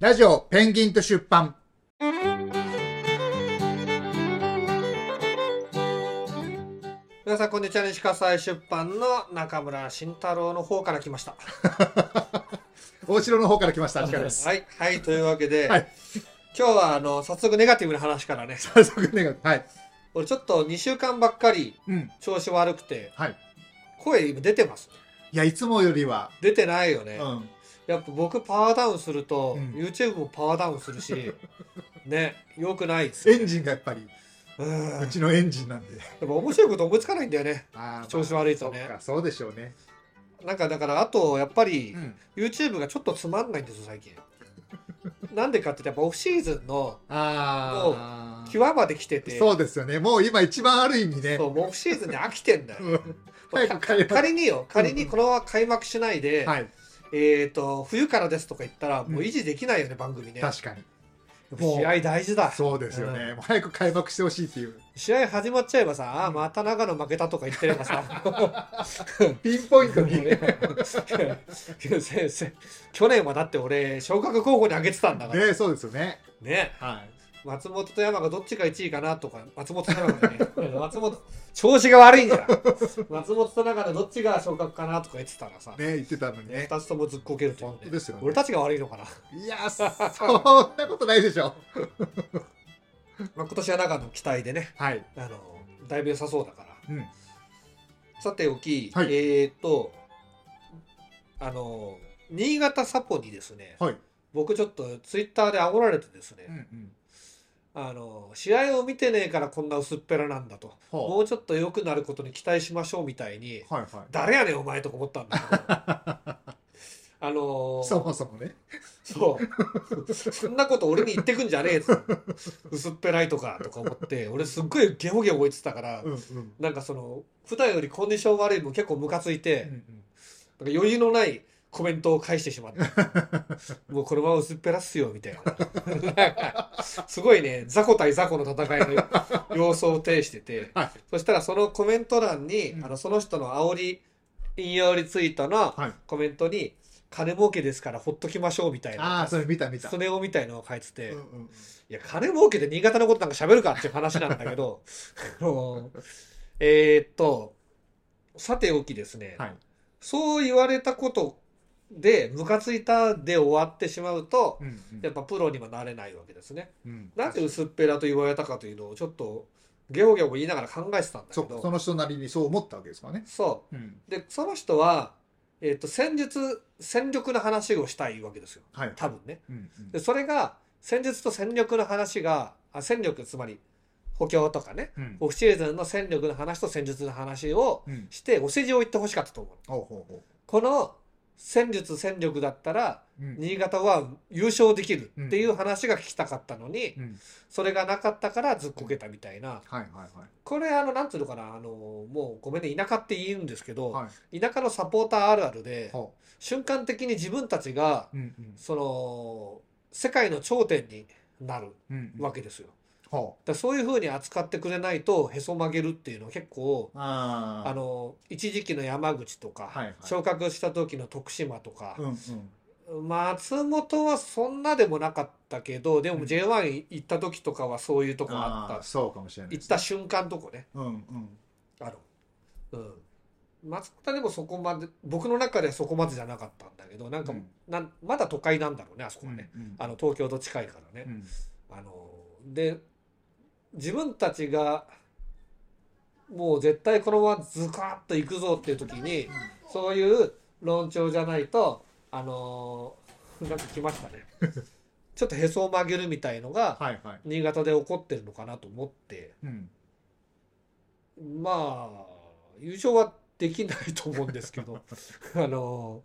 ラジオペンギンと出版。皆さんこんにちは西葛西出版の中村慎太郎の方から来ました大城の方から来ました。あちらです。はいはいというわけで、はい今日はあの早速ネガティブな話からね早速ね、はい。俺ちょっと2週間ばっかりうん。調子悪くてはい。声今出てますいや、いつもよりは、出てないよね、うん。やっぱ僕パワーダウンすると、うん YouTube もパワーダウンする しねよくないですエンジンがやっぱり、うんうちのエンジンなんで。でも面白いこと思いつかないんだよね あー調子悪いとねそっかそうでしょうね。なんかだからあとやっぱり、ん。 YouTube がちょっとつまんないんですよ最近なんでかって言ったらやっぱオフシーズンのああ。際まで来ててそうですよね。もう今一番ある意味ねそ。うもうオフシーズンに飽きてん だようん早く帰ります仮によ仮にこのまま開幕しないで、はい。えっ、と冬からですとか言ったらもう維持できないよね、番組ね確かに。もう試合大事だそうですよね。もう早く開幕してほしいっていう。試合始まっちゃえばさ、あーまた長野負けたとか言ってれ ば さピンポイントに。ね先生去年はだって俺昇格候補に挙げてたんだからね、そうですよね。ねはい。松本と山がどっちが1位かなとか松本と山がね 松本調子が悪いんじゃ ん松本と長野どっちが昇格かなとか言ってたらさ、ね、言ってたのに ね。 2つともずっこけると、当ですよね俺たちが悪いのかな、 いや、そんなことないでしょ。まあ、今年は長野期待でねはい。あのだいぶ良さそうだからうん。さておき、はいえーっとあの新潟サポにですね、はい。僕ちょっとツイッターで煽られてですね、うんうん。あの試合を見てねえからこんな薄っぺらなんだと、もはうちょっと良くなることに期待しましょうみたいに、あ、はいは誰やねんお前とか思ったんだけど あのーい。そもそもね。そうそんなこと俺に言ってくんじゃねえと薄っぺらいとかとか思って俺すっごいゲホゲホ言ってたから、うんうん。なんかその普段よりコンディション悪いの結構ムカついうてん、うんなんか余裕のないコメントを返してしまってもうこのまま薄っぺらっすよみたいななんかすごいね雑魚対雑魚の戦いの様相を呈してて、はいそしたらそのコメント欄に、うんあのその人の煽り引用リツイートのはい。コメントに「金儲けですからほっときましょう」みたいあなあ、それ見た見た。それをみたいのを書いてて、うんういんや金儲けで新潟のことなんか喋るかっていう話なんだ けどあのえーっとさておきですね、はいそう言われたことでムカついたで終わってしまうとうんやっぱプロにはなれないわけですね。うん。なぜ薄っぺらと言われたかというのをちょっとゲホゲホ言いながら考えてたんだけそうかどその人なりにそう思ったわけですからね。そうん。うでその人は、えーっと戦術戦力の話をしたいわけですよはい。多分ね。うんうんでそれが戦術と戦力の話があ戦力つまり補強とかねうんオフシーズンの戦力の話と戦術の話をうん。してお世辞を言ってほしかったと思うほうほうほこの戦術戦力だったらう。うん新潟は優勝できるっていう話が聞きたかったのにうん。それがなかったからずっこけたみたいなはいはいはい。これあのなんつうのかなあのもうごめんね田舎って言うんですけどは田舎のサポーターあるあるでい。ほ瞬間的に自分たちがう。うんうんその世界の頂点になるうんうん。わけですよ。ほだからそういうふうに扱ってくれないとへそ曲げるっていうのは結構う。ああ。あの一時期の山口とか、はいはい昇格した時の徳島とかう、んうん。松本はそんなでもなかったけどでうんも J1 行った時とかはそういうとこあったああ、そうかもしれない行っ。た瞬間とこねうんうん。あの、うん、松本はでもそこまで僕の中ではそこまでじゃなかったんだけどなんか、うんなんまだ都会なんだろうねあそこはね、うんうんあの東京と近いからね。うんあので自分たちがもう絶対このままズカッといくぞっていう時にそういう論調じゃないとあのなんか来ましたねちょっとへそを曲げるみたいのがはいはい。新潟で起こってるのかなと思ってうん。まあ優勝はできないと思うんですけどあの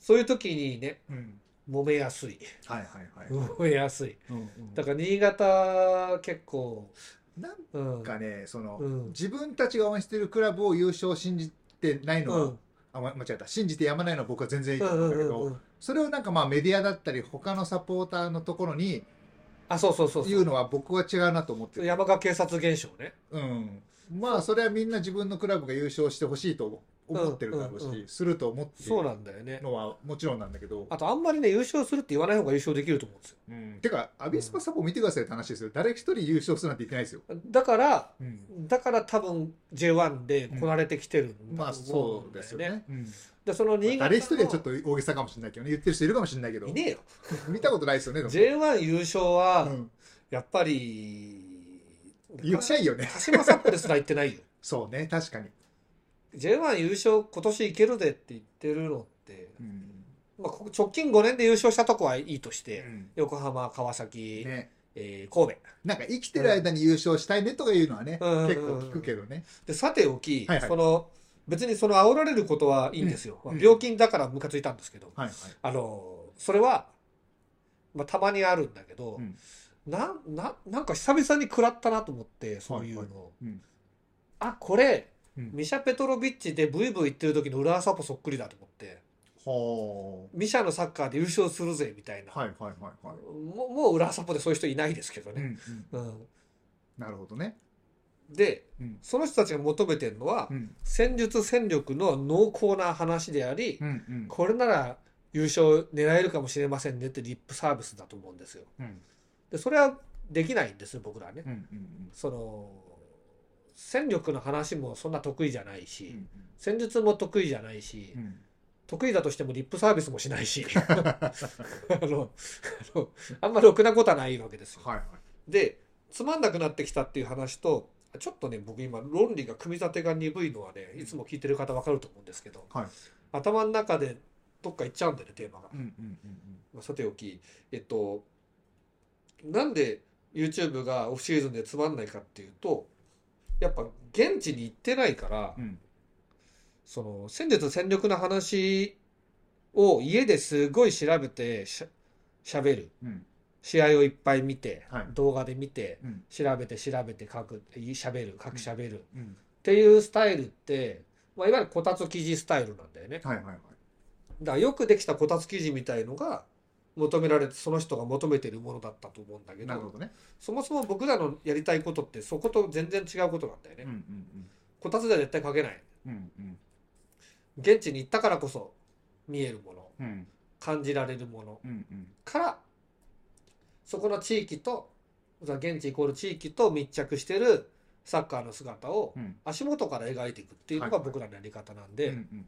そういう時にねうん。揉めやすいはいはいはい。揉めやすいうんうんだから新潟結構なんうんかね、そのう、ん自分たちが応援してるクラブを優勝を信じてないのは、うんあま間違えた信じてやまないのは僕は全然いいとう思うんうんだんけど、うんうんそれをなんかまあメディアだったり他のサポーターのところにあそうそうそうそ言うのは僕は違うなと思ってうる、山川警察現象ねうん、まあそれはみんな自分のクラブが優勝してほしいと思ってるだろうし、うんうんうすると思ってそうるなんだよね。のはもちろんなんだけど、あとあんまりね優勝するって言わない方が優勝できると思うんですよ。うん、てかアビスパサポ見てくださいって話ですよ誰一人優勝するなんて言ってないですよ、だからうん、だから多分 J1 でこなれてきてるんまだあと思そんうだですよね。うんでその新潟の誰一人はちょっと大げさかもしれないけどね言ってる人いるかもしれないけどいねえよ。見たことないですよねでも J1 優勝うはん、やっぱり言っちゃいよね鹿島サップですら言ってないよ。 そうね確かに、 J1 優勝今年いけるでって言ってるのって、うんまあ、ここ直近5年で優勝したとこはいいとして、うん横浜川崎、ね、えー神戸なんか生きてる間に優勝したいねとかいうのはね、うん結構聞くけどね、でさておき、はいはいその別にその煽られることはいいんですよ、うんうん病気だからムカついたんですけど、はいはいあのそれは、まあ、たまにあるんだけど、うんなん、ななんか久々に食らったなと思ってそういうの、はいうんあこれうんミシャ・ペトロビッチでブイブイ言ってる時の浦和サポそっくりだと思ってはミシャのサッカーで優勝するぜみたいな、あはいはいはいはい、もうもう浦和サポでそういう人いないですけどうんうね、ん、うん、なるほどね、でうんその人たちが求めてるのは、うん戦術戦力の濃厚な話であり、うんうんこれなら優勝狙えるかもしれませんねってリップサービスだと思うんですよ。うんでそれはできないんですよ僕らはね。うんうんその戦力の話もそんな得意じゃないし、うん戦術も得意じゃないし、うんうん得意だとしてもリップサービスもしないし あのあのあんまろくなことはないわけですよ。はいはいでつまんなくなってきたっていう話とちょっとね僕今論理が組み立てが鈍いのはねいつも聞いてる方わかると思うんですけど、はい頭の中でどっか行っちゃうんだよねテーマがう。んうんうんまあ、さておきえっとなんで YouTube がオフシーズンでつまんないかっていうとやっぱ現地に行ってないから、うんうんその戦術戦力の話を家ですごい調べてしゃ喋るうん試合をいっぱい見て、はい動画で見てうん調べて調べて書く喋る書く喋る、っうんていうスタイルって、まあ、いわゆるこたつ記事スタイルなんだよね。はいはいはいだからよくできたこたつ記事みたいのが求められてその人が求めてるものだったと思うんだけなどるほどねそもそも僕らのやりたいことってそこと全然違うことなんだよね、うんうんこたつでは絶対書けないうんうんうん現地に行ったからこそ見えるものうん感じられるものうんうんからそこの地域とその現地イコール地域と密着してるサッカーの姿をうん足元から描いていくっていうのがはい僕らのやり方なうんで、ん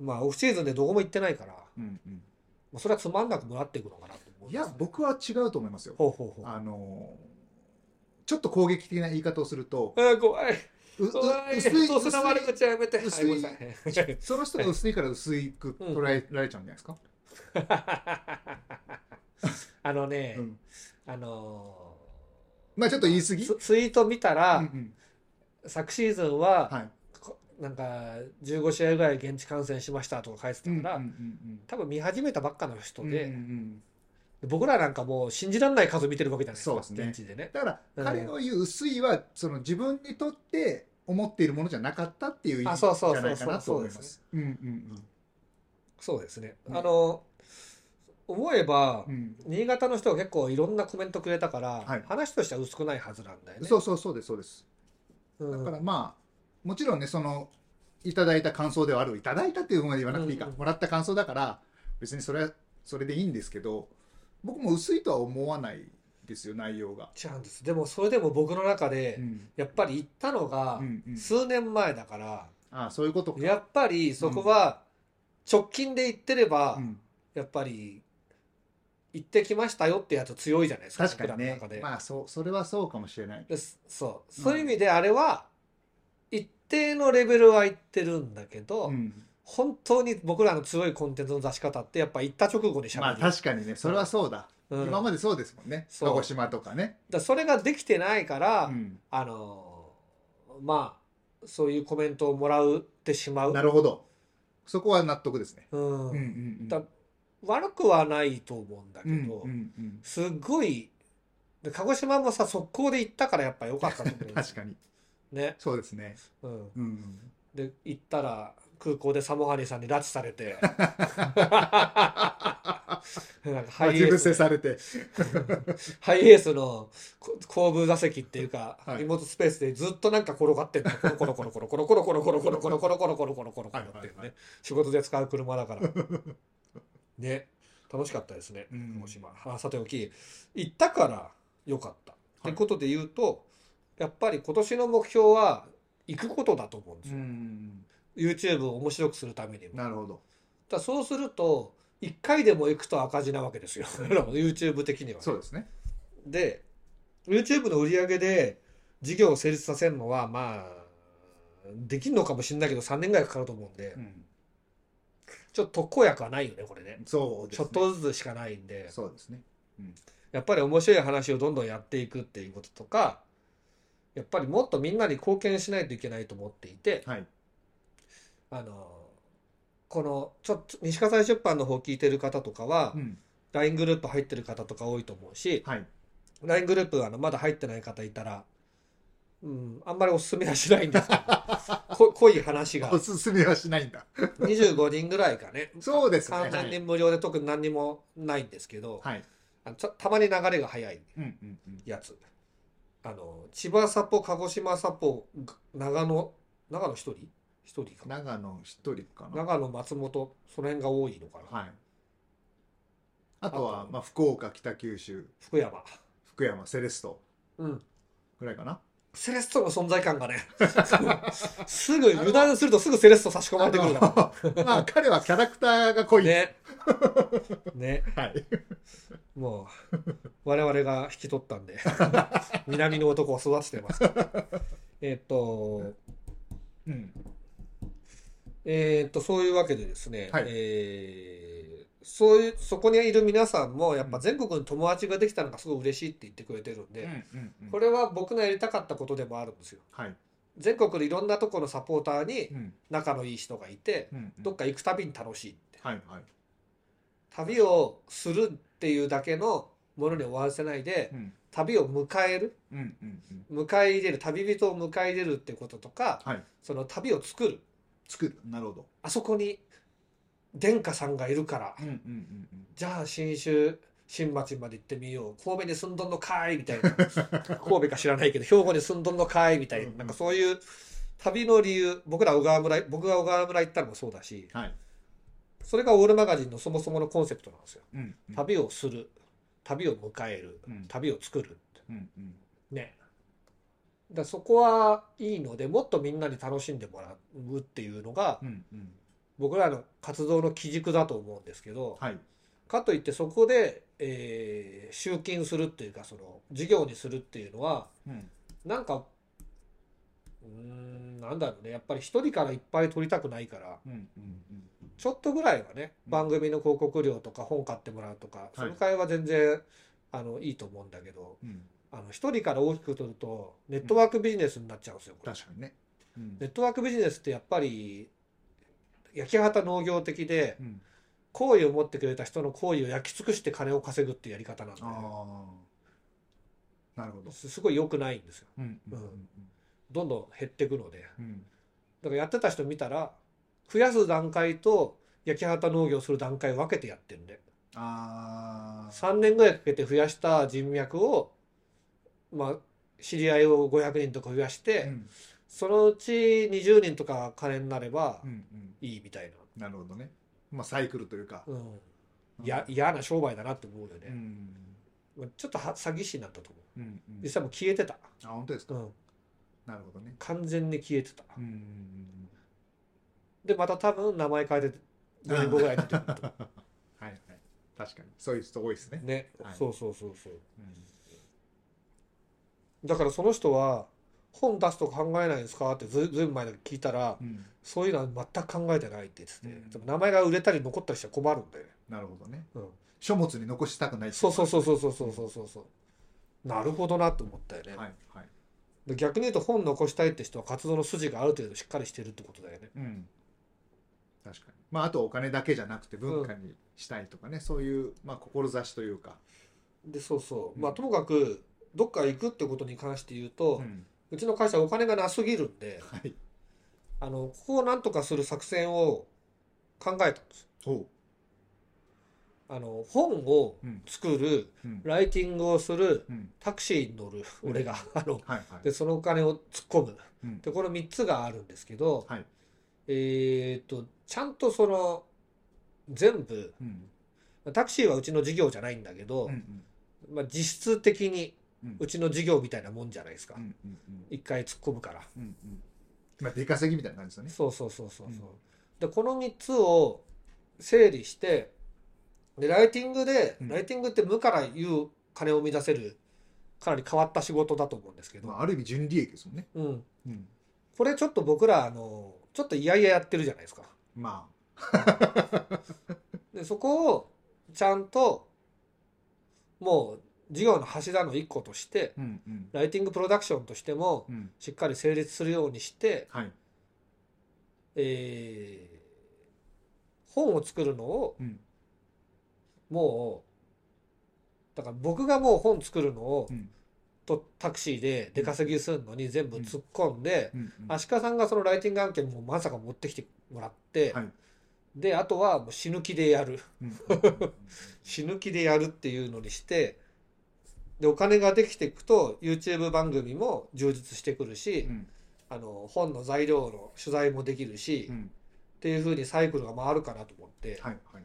まあオフシーズンでどこも行ってないからまうんうんあそれはつまんなくもらっていくのかなと思いや僕は違うと思いますよほうほうほうあのーちょっと攻撃的な言い方をするとあー怖いうう怖い薄いそんな悪口はやめてはい薄いごめんなさいその人が薄いから薄く捉えられちゃうんじゃないですか、あのね、うんあのまあちょっと言い過ーぎツツイート見たら、うんうん昨シーズンは、はいこなんか15試合ぐらい現地観戦しましたとか書いてたから、うんうん多分見始めたばっかのう人んうんで、うんうん僕らなんかもう信じられない数見てるわけじゃないですかそうですね現地でね。だからうん彼の言う薄いはその自分にとって思っているものじゃなかったっていう意あ味じそうそうゃないかなと思いそうまそうす。うんうんそうですね、うんあの思えば、うんうん新潟の人が結構いろんなコメントくれたから、はい話としては薄くないはずなんだよね。そうそうそうですそうです。うんだからまあもちろんねそのいただいた感想ではあるいただいたっていうふうまで言わなくていいか、うんうんもらった感想だから別にそれはそれでいいんですけど僕も薄いとは思わないですよ内容が。違うんですでもそれでも僕の中うでんやっぱり行ったのうがんうん、数年前だからああそういうことか。やっぱりそこは直近で行ってればうんやっぱり行ってきましたよってやつ強いじゃないですか確かにね僕らの中でまあそうそれはそうかもしれない。ですそうそういう意味であれは一定のレベルは行ってるんだけどうん、本当に僕らの強いコンテンツの出し方ってやっぱ行った直後にしゃまあべる確かにねそれはそうだ。うん今までそうですもんねそう鹿児島とかね、だそれができてないから、うんあのーまあそういうコメントをもらうってしまうなるほどそこは納得ですね、うんうんだ悪くはないと思うんだけうんど、うんうんすっごいで鹿児島もさ速攻で行ったからや っぱ良かったと思う確かにね、そうですね、うん、うんで行ったら空港でサモハニーさんに拉致されて なんかハ待イちエ伏ーせスされて。ハイエースのこ後部座席っていうか、はいリモートスペースでずっとなんか転がってんのコロコロコロコロコロコロコロコロコロコロコロコロコロコロコロっていうはいはいはね仕事で使う車だからね楽しかったですねうん鹿児島あさておき行ったから良かったってことで言うとやっぱり今年の目標は行くことだと思うんですうよん。 YouTube を面白くするためにもなるほど。だからそうすると1回でも行くと赤字なわけですよ YouTube 的にはそうですね。で YouTube の売り上げで事業を成立させるのはまあできるのかもしれないけど3年ぐらいかかると思うんでうん。ちょっと特効薬はないよねこれねそうですちょね。っとずつしかないんでそうですね。やっぱり面白い話をどんどんやっていくっていうこととかやっぱりもっとみんなに貢献しないといけないと思っていてはい。あのこのちょっと西葛西出版の方聞いてる方とかはうん。 LINE グループ入ってる方とか多いと思うしはい。 LINE グループあのまだ入ってない方いたら、うん、あんまりおすすめはしないんですけ どこ濃い話がおすすめはしないんだ。 25人ぐらいかねそうですね。は完全にい。無料で特に何にもないんですけど、はい。あのちょたまに流れが早いうんうんうん。やつあの千葉サポ鹿児島サポ長野長野一人一人かな長野一人かな。長野松本その辺が多いのかな、はい。あとあは、とまあ、福岡、北九州、福山福山、セレストうんぐらいかな。セレストの存在感がね すぐ油断するとすぐセレスト差し込まれてくるからあのまあ、彼はキャラクターが濃い。ね。ね。はい。もう、我々が引き取ったんで、 南の男を育ててますから。えっと、うん。えっと、そういうわけでですね、はいえーそういう、そこにいる皆さんも、やっぱ全国に友達ができたのがすごい嬉しいって言ってくれてるんうんうで、んうんこれは僕のやりたかったことでもあるんですよ。はい。全国のいろんなところのサポーターにうん仲のいい人がいて、うんうんどっか行くたびに楽しいって。はいはい。旅をするっていうだけのものに終わらせないでう、ん旅を迎えるうんうんうん。迎え入れる旅人を迎え入れるってこととかはい。その旅を作る作る。なるほど。あそこに殿下さんがいるからうんうんうんうん。じゃあ新州新町まで行ってみよう神戸に住んどんのかいみたいな神戸か知らないけど兵庫に住んどんのかいみたいうんうなんなんかそういう旅の理由僕ら小川村僕が小川村行ったのもそうだしはい。それがオールマガジンのそもそものコンセプトなんですよ。うんうん。旅をする旅を迎えるうん旅を作るってうんうん。ねだからそこはいいのでもっとみんなに楽しんでもらうっていうのがうんうん。僕らの活動の基軸だと思うんですけどはい。かといってそこで、えー集金するっていうかその事業にするっていうのはうん。なんかうーんなんだろうねやっぱり一人からいっぱい取りたくないからうんうんうん。ちょっとぐらいはねうん番組の広告料とか本買ってもらうとかその会は全然、あのいいと思うんだけどうん。あの一人から大きく取るとネットワークビジネスになっちゃうんですよ。これ確かにね。うんネットワークビジネスってやっぱり焼き畑農業的でうん。好意を持ってくれた人の好意を焼き尽くして金を稼ぐっていうやり方なんでああ。なるほど。すすごい良くないんですようんうんどんどん減っていくのでだうんうん。からやってた人見たら増やす段階と焼き畑農業する段階分けてやってるんでああ。 3年ぐらいかけて増やした人脈をまあ知り合いを500人とか増やしうてんそのうち20人とか金になればうんうん。いいみたいななるほどね。まあ、サイクルというか。うんいや嫌な商売だなって思うよね、うん。まあちょっとは詐欺師になったと思ううんうん実。際もう消えてた、あ、本当ですか。うん、なるほどね。完全に消えてた、うんうんうん。でまた多分名前変えて5年後ぐらいに出てくるとはいはい。確かに。そういう人多いですね。ね、はいそうそうそうそううんだからその人は本出すとか考えないんですかってずずいぶん前に聞いたら、うん。そういうのは全く考えてないって言ってて、うんでも名前が売れたり残ったりしたら困るんで、なるほどね。うん、書物に残したくない。そうそうそうそうそうそうそうそうなるほどなと思ったよね、はいはい。で逆に言うと本残したいって人は活動の筋がある程度しっかりしてるってことだよねうん。確かに。まあ、あとお金だけじゃなくて文化にしたいとかね、そういう、まあ、志というか。でそうそう、うんまあともかくどっか行くってことに関して言うと、ううんちの会社お金がなすぎるんではい。あのここをなんとかする作戦を考えたんですほあの本をう。うん。作るうん。ライティングをするうん。タクシーに乗るうん俺があのはいはい。でそのお金を突っ込むうん。でこの3つがあるんですけど、はいえーっとちゃんとその全部うん。タクシーはうちの事業じゃないんだけど、うん。うん。まあ、実質的にうんうちの事業みたいなもんじゃないですか、うん。うん。うん。一回突っ込むからうんうん。まあ、出稼ぎみたいな感じですよね。そうそうそうそうそう、うんでこの3つを整理してでライティングで、うんライティングって無から言う金を生み出せるかなり変わった仕事だと思うんですけど、まあ、ある意味純利益ですもんね。うん、うん。これちょっと僕らあのちょっと嫌々やってるじゃないですかまでそこをちゃんともう事業の柱の一個としてあ。うん。うん。ライティングプロダクションとしてもうん。しっかり成立するようにして、はい。えー本を作るのをうん。もうだから僕がもう本作るのをうん。とタクシーで出稼ぎするのに全部突っ込んでうん。うん足利さんがそのライティング案件もまさか持ってきてもらってはいであとはもう死ぬ気でやる うん。死ぬ気でやるっていうのにしてでお金ができていくと YouTube 番組も充実してくるしうん。あの本の材料の取材もできるしうっん。ていう風にサイクルが回るかなと思ってはい。はい。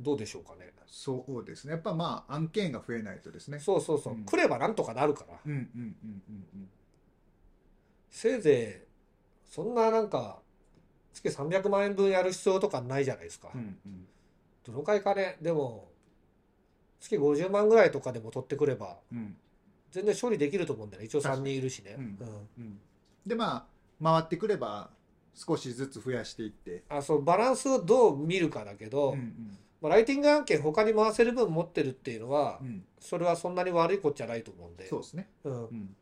どうでしょうかね。そうですね。やっぱまあ、案件が増えないとですね。そうそうそう、うん来ればなんとかなるからうん。うん。うん。うん。せいぜいそんななんか月300万円分やる必要とかないじゃないですか、うん。うん。うん。どのくらいかねでも月50万ぐらいとかでも取ってくればうん。全然処理できると思うんだよね一応確か3に人いるしね、うんうんうん。で、まあ、回ってくれば、少しずつ増やしていって。あそうバランスをどう見るかだけど、うん。まあ、ライティング案件他に回せる分持ってるっていうのは、うん。うん。それはそんなに悪いことじゃないと思うんでそうですね。うん、うん。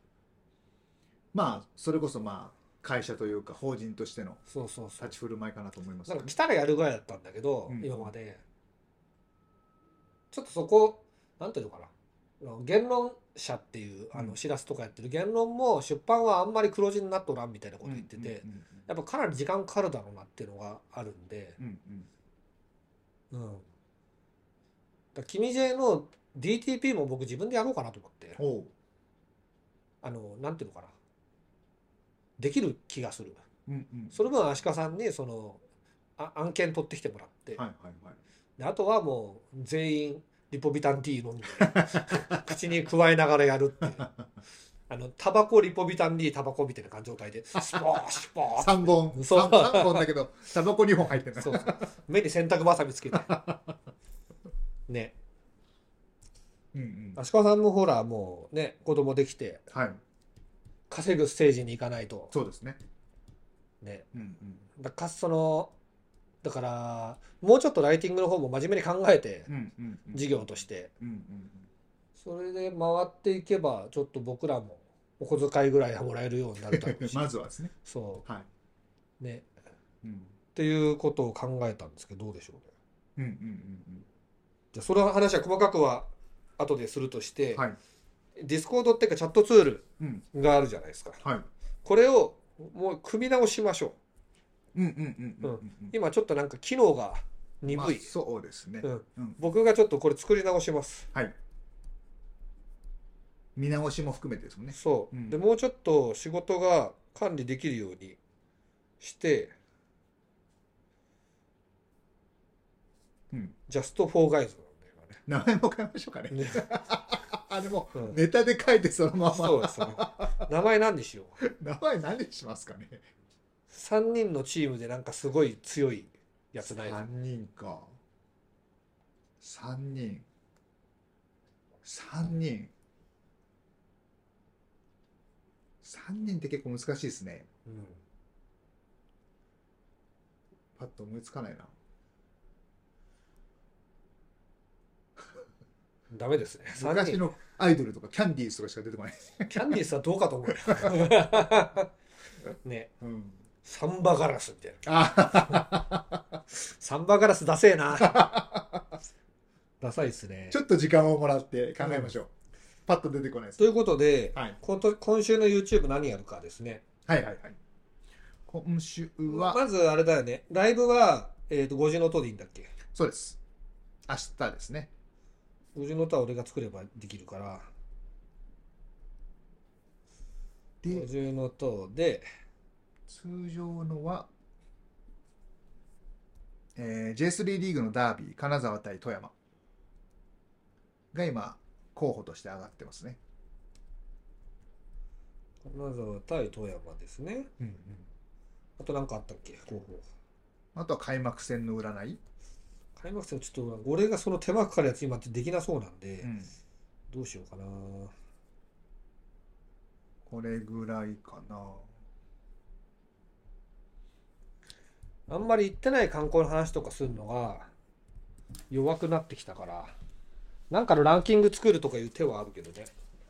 まあ、それこそ、まあ。会社というか、法人としてのそうそうそう立ち振る舞いかなと思いますなんねか。来たらやるぐらいだったんだけど、うん今までちょっとそこなんていうのかなあの言論社っていうあうのん知らすとかやってる言論も出版はあんまり黒字になっとらんみたいなこと言ってて、うんうんうんやっぱかなり時間かかるだろうなっていうのがあるんで、うんうんうん、だから君 J の DTP も僕自分でやろうかなと思っておうあのなんていうのかなできる気がするうんうんその分足利さんにそのあ案件取ってきてもらって、はいはいはいであとはもう全員リポビタン D 飲んで 口に加えながらやるっていうあのタバコリポビタン D タバコみたいな感じ状態でスポースポー三 本そ三う三本だけどタバコ二本入ってないそうそう目に洗濯ばさみつけてねうんうん足利さんもほらもうね子供できてはい稼ぐステージに行かないとそうですねねうんうんだかそのだからもうちょっとライティングの方も真面目に考えてうんうんうん事業としてうんうんそれで回っていけばちょっと僕らもお小遣いぐらいはもらえるようになるだろうう んしまずはですねそはいうねうんっていうことを考えたんですけどどうでしょうねうんうんうんじゃあその話は細かくは後でするとしうて、んはいディスコードっていうかチャットツールうんがあるじゃないですかはいこれをもう組み直しましょうんうんうんうんう今ちょっとなんか機能が鈍まあい、そうですねうんうん僕がちょっとこれ作り直しますはい見直しも含めてですもんねそう、うんでもうちょっと仕事が管理できるようにしてうんジャストフォーガイズなんだよ名前も変えましょうかね ねねあでも うんネタで書いてそのままそうですね。名前何にしよう。名前何にしますかね3人のチームでなんかすごい強いやつない。 3人か3人3人3人って結構難しいですねうんパッと思いつかないなダメですね。3昔人。のアイドルとかキャンディーズとかしか出てこない、キャンディーズはどうかと思うよ。 ね。うん、サンバガラスみたいな。あサンバガラスダセえな。 ダサいですねち。ょっと時間をもらって考えましょう、パッと出てこないですということで、はい今年今週の YouTube 何やるかですね。はいはいはい今週は、まずあれだよねライブは、えー、と五重の塔でいいんだっけそうです明日ですね五重の塔は俺が作ればできるから五で重の塔で通常のは、えー J3 リーグのダービー金沢対富山が今候補として上がってますね、金沢対富山ですねあと何かあったっけ候補あとは開幕戦の占い、開幕戦ちょっと俺がその手間かかるやつ今ってできなそうなんで、うんどうしようかなこれぐらいかなあんまり行ってない観光の話とかするのが弱くなってきたからなんかのランキング作るとかいう手はあるけどね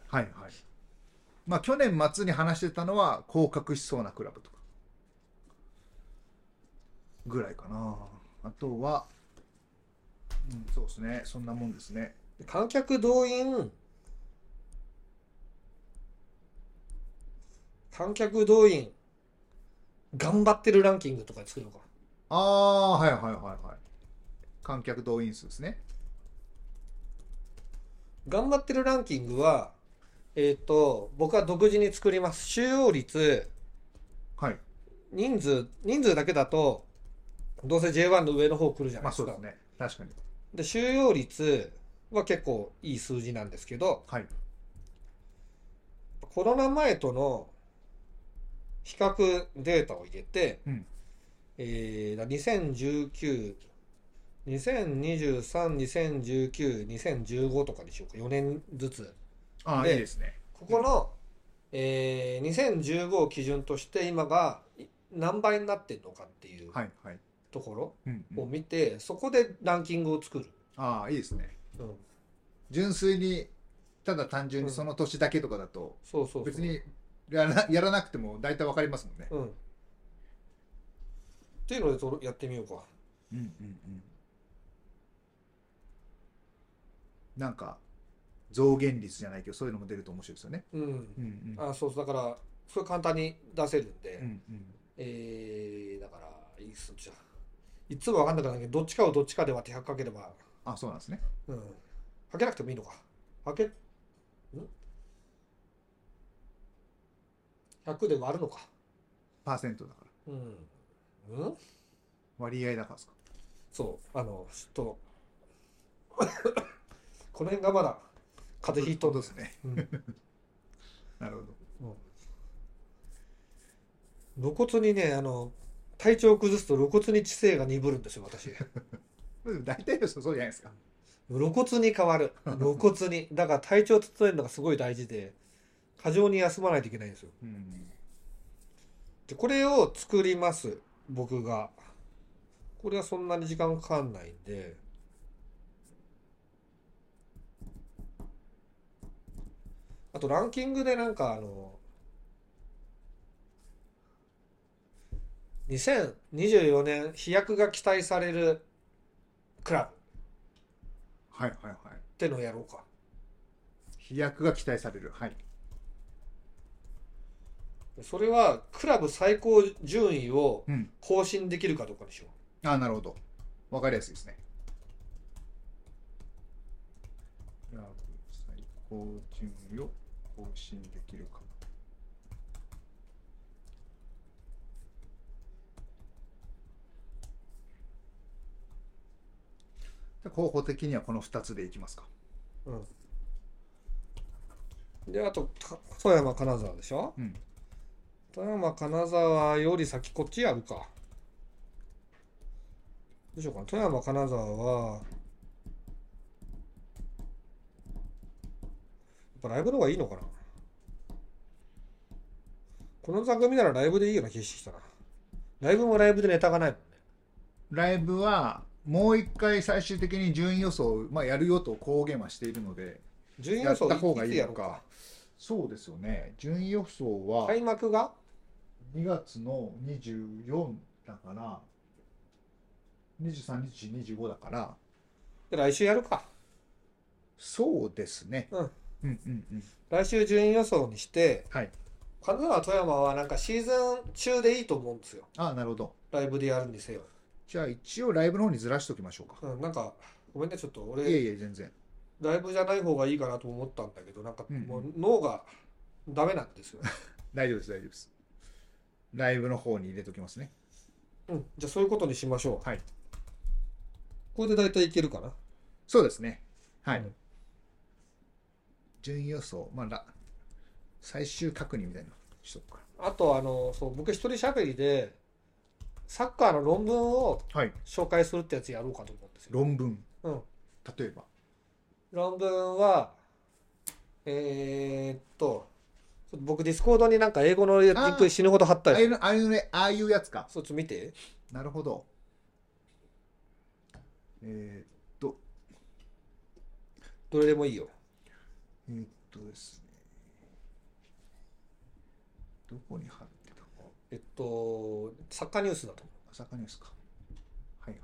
はいはいまあ去年末に話してたのは降格しそうなクラブとかぐらいかなあとは、うん、そうですねそんなもんですね観客動員観客動員頑張ってるランキングとか作ろうかああはいはいはいはい観客動員数ですね頑張ってるランキングはえっ、と僕は独自に作ります収容率はい人数人数だけだとどうせ J1 の上の方来るじゃなまあいでそすうか、ですね確かにで収容率は結構いい数字なんですけどはいコロナ前との比較データを入れて、うんえーだ2019 2023、2019、2015とかにしようか、4年ずつ。ああいでいですねここの、えー2015を基準として、今がい何倍になってるのかっていうはいはい、ところうんうをん、見て、そこでランキングを作る。ああいいですねうん、純粋にただ単純にその年だけとかだとそうそうそう別にやらやらなくても大体わかりますもんねうん。っていうのでそれやってみようか。うんうんうんなんか増減率じゃないけどそういうのも出ると面白いですよね。うん。うんうんあ、そうそうだから、それ簡単に出せるんで、うんうんえー、だから、いいっすじゃあいつも分かんなくなるけど、どっちかをどっちかで割って100かければ、あそうなんですね。うん。かけなくてもいいのか。かけ、ん ?100 で割るのか。パーセントだからうん。うん割合だからですか。そう、あの、ちょっと、 この辺がまだ、風邪ひいとそうんで。ですすね。うんなるほど。露骨にねあの体調を崩すと露骨に知性が鈍るんですよ私でも大体の人そうじゃないですか。露骨に変わる露骨にだから体調を整えるのがすごい大事で過剰に休まないといけないんですようんでこれを作ります僕がこれはそんなに時間かかんないんであとランキングでなんかあの2024年飛躍が期待されるクラブはいはいはい。ってのをやろうか飛躍が期待される。はい。それはクラブ最高順位をうん。更新できるかどうかにしようあなるほど。わかりやすいですね。クラブ最高順位を更新できるか。じゃあ候補的にはこの2つでいきますか。であとた富山金沢でしょ、うん富山金沢より先こっちやるかどうしようかな富山金沢はやっぱライブの方がいいのかなこの座組ならライブでいいような気がしてきたなライブもライブでネタがないもんねライブはもう一回最終的に順位予想を、まあ、やるよと公言はしているので、順位や予っ想た方がいついやのろうか。そうですよね。順位予想は、開幕が2月の24だから23日25だからで来週やるかそうですね、うんうんうんうん来週順位予想にしてはい金沢富山はなんかシーズン中でいいと思うんですよあなるほどライブでやるにせよ、じゃあ一応ライブの方にずらしておきましょうかうん、なんかごめんねちょっと俺いえいえ全然ライブじゃない方がいいかなと思ったんだけどなんかうんうんもう脳がダメなんですよ、ね大丈夫です大丈夫ですライブの方に入れときますねうん、じゃあそういうことにしましょうはいこれで大体いけるかなそうですねはい、うん順位予想まあら最終確認みたいなのしとくかあとあのそう僕一人喋りでサッカーの論文をはい紹介するってやつやろうかと思うんですよ、論文うん、例えば論文はえー、っとちょっと僕ディスコードになんか英語のリンク死ぬほど貼っあたあいりうのああいうねああいうやつかそっち見てなるほど。えーっと、どれでもいいよえーっとですね。どこに貼ってたか。えっとサッカーニュースだと思朝霞ニュースか。はいはい。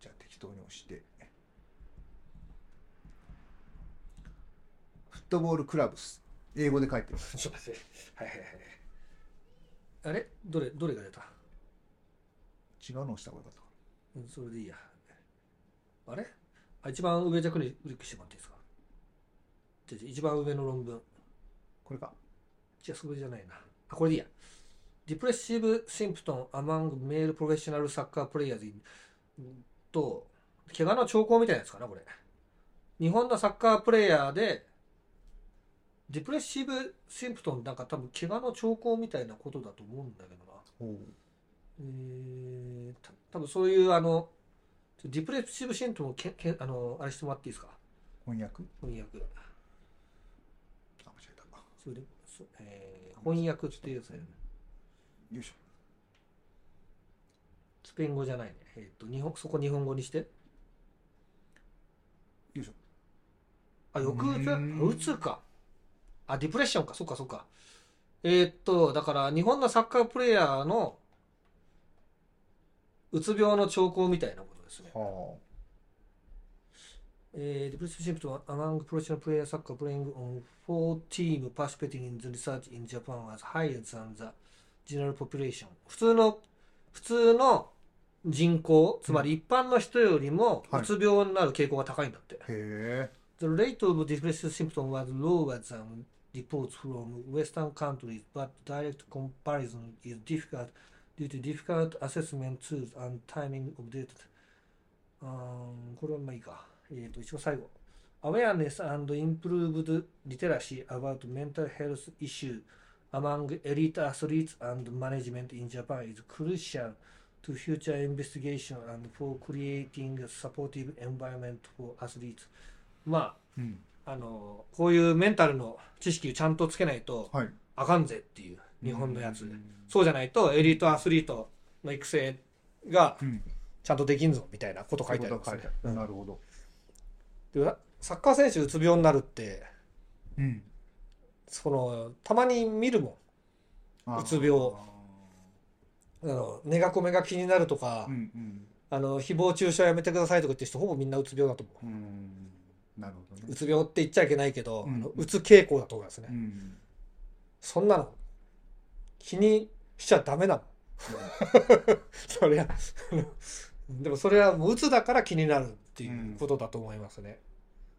じゃあ適当に押して。フットボールクラブス。英語で書いてる。うちょっと待ってはいはいはいあれどれどれが出た違うのをした方がよかったかうんそれでいいやあれあ一番上じゃクリクリックしてもらっていいですかじゃあ一番上の論文これか。じゃあそれじゃないな。あ、これでいいや。ディプレッシブ・シンプトン・アマング・メール・プロフェッショナル・サッカー・プレイヤーズと、怪我の兆候みたいなやつかな、これ。日本のサッカープレイヤーで、ディプレッシブ・シンプトンなんか多分怪我の兆候みたいなことだと思うんだけどな。おうえー、た多分そういうあの、ディプレッシブ・シンプトンをけけあの、あれしてもらっていいですか翻訳翻訳。あ、間違えた。それで、そえー翻訳っていうやつだよね。よいしょ。スペイン語じゃないね。えっと、日本、そこ日本語にして。よいしょ。あ、抑うつうーんうつか。あ、ディプレッションか。そっかそっか。えーっと、だから、日本のサッカープレイヤーの、うつ病の兆候みたいなことですね。はえー、ディプレッションシンプトは、among professional players soccer playing on four team participating in the research in Japan was higher than the general population. 普通の、普通の人口、つまり一般の人よりも、はいうつ病になる傾向が高いんだって。あ。へえ。 The rate of depressive symptoms was lower than reports from Western countries, but direct comparison is difficult due to difficult assessment tools and timing of data. うーんこれはまあいいか。えっ、と、一応最後。Awareness and improved literacy about mental health issues among elite athletes and management in Japan is crucial to future investigation and for creating a supportive environment for athletes. まうん。あ、あの、こういうメンタルの知識をちゃんとつけないとはい。あかんぜっていう、日本のやつうん。そうじゃないとエリートアスリートの育成がうん。ちゃんとできんぞみたいなこと書書いいててあありる、書ますいねてあ。る。なるほど。でサッカー選手うつ病になるって、うん。その、たまに見るもあーうつ病ん。あの、寝が込めが気になるとか、うんうん。あの、誹謗中傷やめてくださいとか言ってる人、ほぼみんなうつ病だと思うーんなるほどう。うね。つ病って言っちゃいけないけど、うんあのうつ傾向だと思いますね。うん。そんなの、気にしちゃダメ なの。そりゃ、あの でもそれはもう鬱だから気になるっていうことだと思いますね。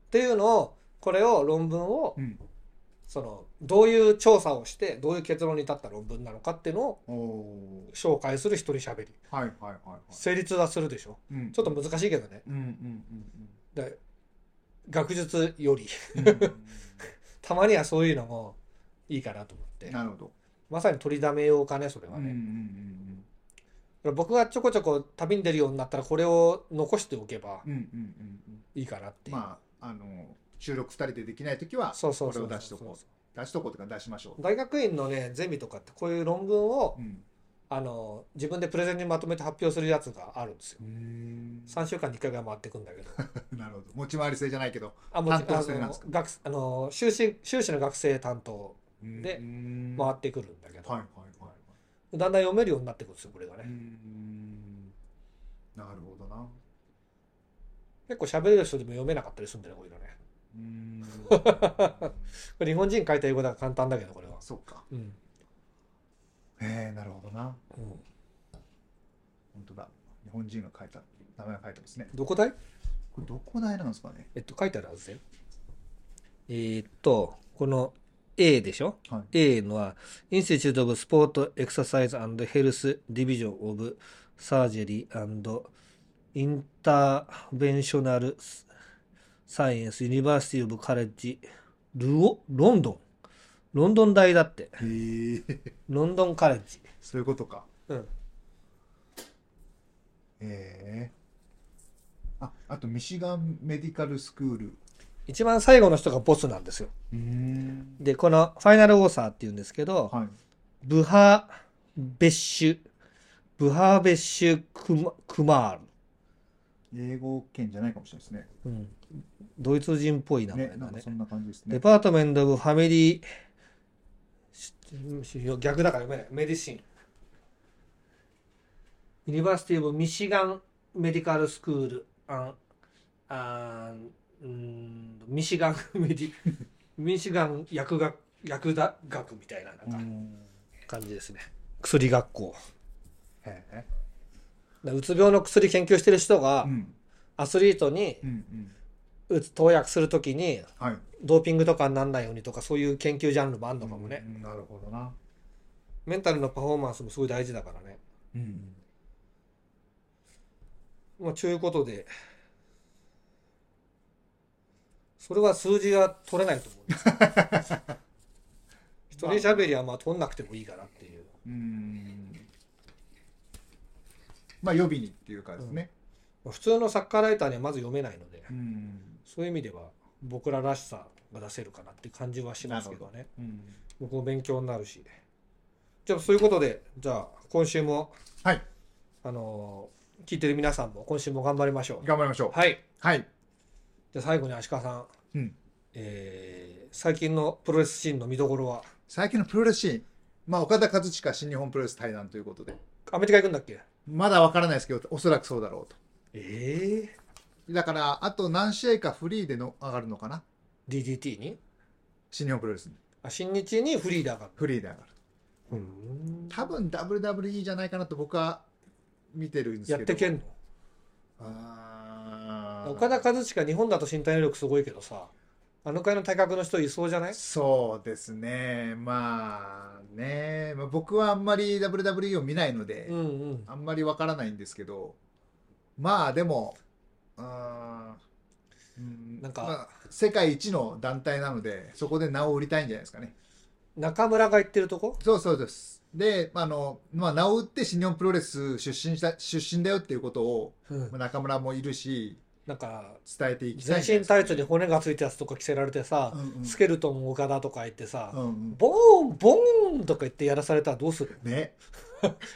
っていうのを、これを論文をう、ん。その、どういう調査をして、どういう結論に立った論文なのかっていうのをおお紹介する一人喋り。ー。はいはいはいは成立はするでしょ。い。うんちょっと難しいけどね。うんうんで学術より、うんうん。たまにはそういうのもいいかなと思って。なるほど。まさに取りだめようかね、それうんはうんうんうね。ん。僕がちょこちょこ旅に出るようになったら、これを残しておけばうんうんうんいいかなってうん。いう。まああの収録二人でできないときはそうそうこそれうを出しとこう。出しとこうとか出しましょ大学院のねゼミとかってこういう論文をう。うん。あの自分でプレゼンにまとめて発表するやつがあるんですようーん3週間に1回ぐらい回ってくんだけどなるほど。持ち回り性じゃないけど。あもち担当制なんですかあの学あの修士修士の学生担当でうーん回はってくるんだけいど、はいはだんだん読めるようになってくるんですよこれがね、い。うーん。なるほどな。結構喋れる人でも読めなかったりするんだよねこういうのねうーん。これ日本人書いた英語だから簡単だけどこれ はそっか。うんえー、なるほどな。うん本当だ。日本人が書いた、名前が書いてますね。どこだいこれどこ大なんですかね。えっと、書いてあるはずだよ。えーっと、この A でしょはい。 ?A のは、Institute of Sport, Exercise and Health Division of Surgery and Interventional Science University of College ルオ、ロンドン。ロンドン大だって。えー、ロンドンカレッジ。 そういうことか。うん。えー。あ、あとミシガンメディカルスクール。一番最後の人がボスなんですよ。うーん。で、このファイナルオーサーって言うんですけど、はい。ブハベッシュ、ブハベッシュクマクマ英語圏じゃないかもしれないですね。ール。うん。ドイツ人っぽい名前ねだ、なんねか。そんな感じですデね。パートメント・オブ・ファミリーしし、逆だから読めない。メディシン。ユニバーシティ・オブ・ミシガン・メディカル・スクール。あんあーうんミシガンメ ディ、ミシガン薬学、薬だ学みたいなうーなんかん。感じですね。薬学校。へえ。だからうつ病の薬研究してる人が、うん。アスリートにうんうん。うつ投薬するときにはい。ドーピングとかにならないようにとかそういう研究ジャンルもあるのかもね、うんなるほどな。メンタルのパフォーマンスもすごい大事だからねうん。まあちゅうことでそれは数字は取れないと 思うんです一人喋りはまあ取んなくてもいいかなっていううん。まあ予備にっていう感じですね。まあ普通のサッカーライターにはまず読めないのでうん。そういう意味では僕ららしさが出せるかなって感じはしますけどねうん。僕も勉強になるし。じゃあ、そういうことで、じゃあ、今週も、はい。あのー聞いてる皆さんも、今週も頑張りましょう。頑張りましょう。はい。はい。じゃあ、最後に足利さん、うん。えー最近のプロレスシーンの見どころは、最近のプロレスシーン。まあ岡田和親新日本プロレス対談ということで。アメリカ行くんだっけまだわからないですけど、おそらくそうだろうと。ええだから、あと何試合かフリーでの上がるのかな ?DDT に新日本プロレスに。あ、新日にフリーダーが。フリーで上がる。うん多分 WWE じゃないかなと僕は見てるんですけやど。ってけんあーの岡田和親、日本だと身体能力すごいけどさ、あのくらいの体格の人いそうじゃないそうですね。まあね。まあ、僕はあんまり WWE を見ないので、うんうん。あんまりわからないんですけど、まあでも、うーんうんなんかまあ世界一の団体なので、そこで名を売りたいんじゃないですかね。中村が行ってるとこそうそうです。で、あの、まあ、名を売って新日本プロレス出身した、出身だよっていうことを、うんまあ中村もいるし、なんか、伝えていきたい全んじゃ身なタいイでツに骨がついたやつとか着せられてさ、うんうんスケルトン岡田とか言ってさ、うんうんボーンボーンとか言ってやらされたらどうするね。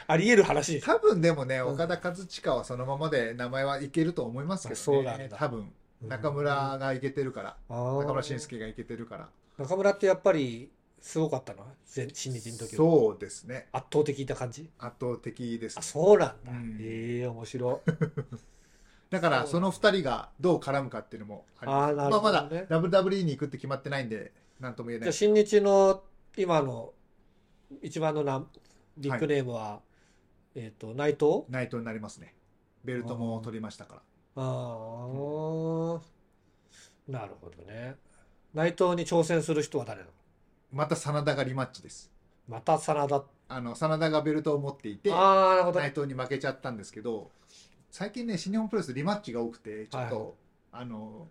ありえる話でしょ多分でもね、うん岡田和親はそのままで名前はいけると思いますけどね。そうなんだ多分。中村がいけてるから。中中村慎介がいけてるから。中村ってやっぱりすごかったの全新日の時はそうですね。圧倒的な感じ圧倒的ですあ。そうなんだ、うんええ面白だから、その二人がどう絡むかっていうのもあります。あーなるまあほまどだね WWE に行くって決まってないんで、なんとも言えいなじゃあい。新日の今の一番のなニックネームは、えっ、と内藤ナイトになりますね。ベルトも取りましたから。ああ、なるほどね。内藤に挑戦する人は誰なのまた真田がリマッチです。また真田。ああの、真田がベルトを持っていて、あー、なるほど。内藤に負けちゃったんですけど、最近ね、新日本プロレスリマッチが多くて、ちょっと、あの、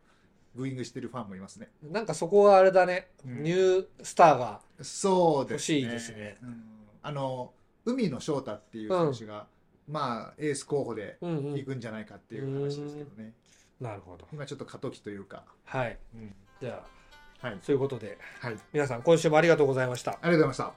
ブーイングしてるファンもいますね。なんかそこはあれだね。うんニュースターが。そうで欲すしいですねうんあの、海野翔太っていう選手が、まあ、エース候補でうんう行ん。くんじゃないかっていう話ですけどね。なるほど。今ちょっと過渡期というか。はい。うんじゃあ、はい。そういうことで、はい。ありが皆さん今週もありがとうございました。とうございました。